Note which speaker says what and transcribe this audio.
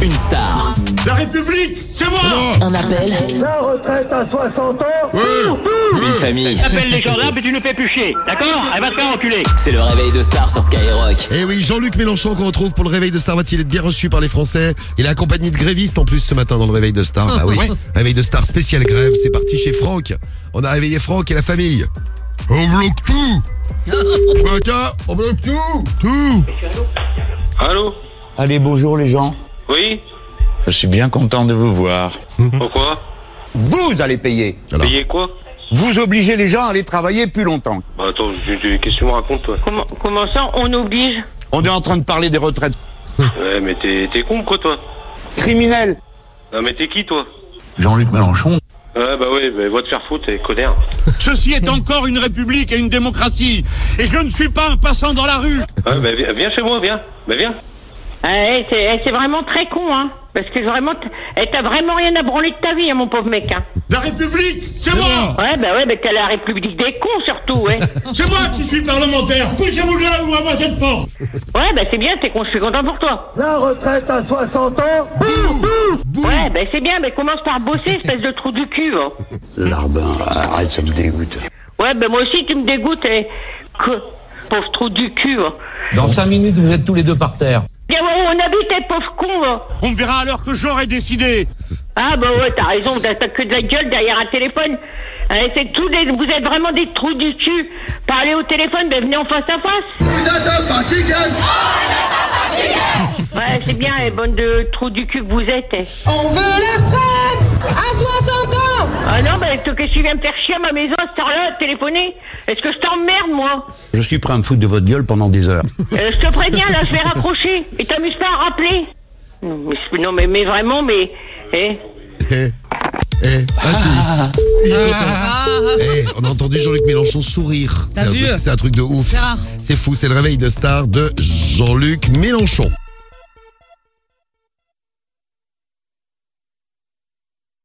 Speaker 1: Movistar.
Speaker 2: La République, c'est moi
Speaker 1: Un appel,
Speaker 3: La retraite à 60 ans
Speaker 1: une famille.
Speaker 4: Appelle les gendarmes et tu nous fais pucher, d'accord Elle va te faire enculer.
Speaker 1: C'est le réveil de Star sur Skyrock.
Speaker 5: Et Eh oui, Jean-Luc Mélenchon qu'on retrouve pour le réveil de Star. Va-t-il être bien reçu par les Français Il est accompagné de grévistes en plus ce matin dans le réveil de Star. Bah oui. Réveil de Star spécial grève. C'est parti chez Franck. On a réveillé Franck et la famille. On bloque tout. Matin, on bloque tout. Tout.
Speaker 2: Allô
Speaker 6: Allez, bonjour les gens.
Speaker 2: Oui
Speaker 6: Je suis bien content de vous voir.
Speaker 2: Pourquoi
Speaker 6: Vous allez payer.
Speaker 5: Alors.
Speaker 2: Payez quoi
Speaker 6: Vous obligez les gens à aller travailler plus longtemps.
Speaker 2: Bah attends, je- je- qu'est-ce que tu me racontes toi
Speaker 7: Comment, comment ça, on oblige
Speaker 6: On est en train de parler des retraites
Speaker 2: Ouais, mais t'es t'es con quoi toi
Speaker 6: criminelles.
Speaker 2: Non mais t'es qui toi
Speaker 6: Jean-Luc Mélenchon.
Speaker 2: Ouais, bah ouais, bah, va te faire foutre, t'es connard.
Speaker 8: Ceci est encore une république et une démocratie. Et je ne suis pas un passant dans la rue.
Speaker 2: Ouais, bah vi- viens chez moi, viens. Bah viens.
Speaker 7: Ah, eh, c'est eh, c'est vraiment très con, hein. Parce que vraiment, t- eh, t'as vraiment rien à branler de ta vie, hein, mon pauvre mec. Hein.
Speaker 8: La République, c'est moi
Speaker 7: Ouais, bah ouais, bah t'as la République des cons, surtout, ouais.
Speaker 8: C'est moi qui suis parlementaire Poussez-vous de là ou à moi cette porte
Speaker 7: ouais, bah c'est bien, t'es con, je suis content pour toi.
Speaker 3: La retraite à 60 ans
Speaker 7: Ouais, bah c'est bien, mais commence par bosser, espèce de trou du cul. hein.
Speaker 6: arrête, ça me dégoûte.
Speaker 7: Ouais, bah moi aussi, tu me dégoûtes, eh. Que- Pauvre trou du cul. hein.
Speaker 6: Dans cinq minutes, vous êtes tous les deux par terre.
Speaker 7: Viens voir où on habite, eh, pauvre con. hein.
Speaker 8: On me verra alors que j'aurai décidé
Speaker 7: Ah, bah ouais, t'as raison, t'as t'as que de la gueule derrière un téléphone. Eh, c'est tous des, vous êtes vraiment des trous du cul. Parlez au téléphone, ben venez en face à face. Ouais, c'est bien, les bonnes de trou du cul que vous êtes. eh.
Speaker 9: On veut la retraite à 60 ans
Speaker 7: Ah non, bah, qu'est-ce que tu viens me faire chier à ma maison à cette heure-là, à téléphoner Est-ce que je t'emmerde, moi
Speaker 6: Je suis prêt à me foutre de votre gueule pendant des heures.
Speaker 7: Euh, Je te préviens, là, je vais raccrocher. Et t'amuses pas à rappeler Non, mais, c'est- non, mais, mais vraiment, mais... Eh
Speaker 5: Eh. Eh. Vas-y. Il est content. Eh, on a entendu Jean-Luc Mélenchon sourire. C'est un,
Speaker 9: Ah. vu
Speaker 5: truc- c'est un truc de ouf.
Speaker 9: rare.
Speaker 5: C'est fou. C'est le réveil de Star de Jean-Luc Mélenchon.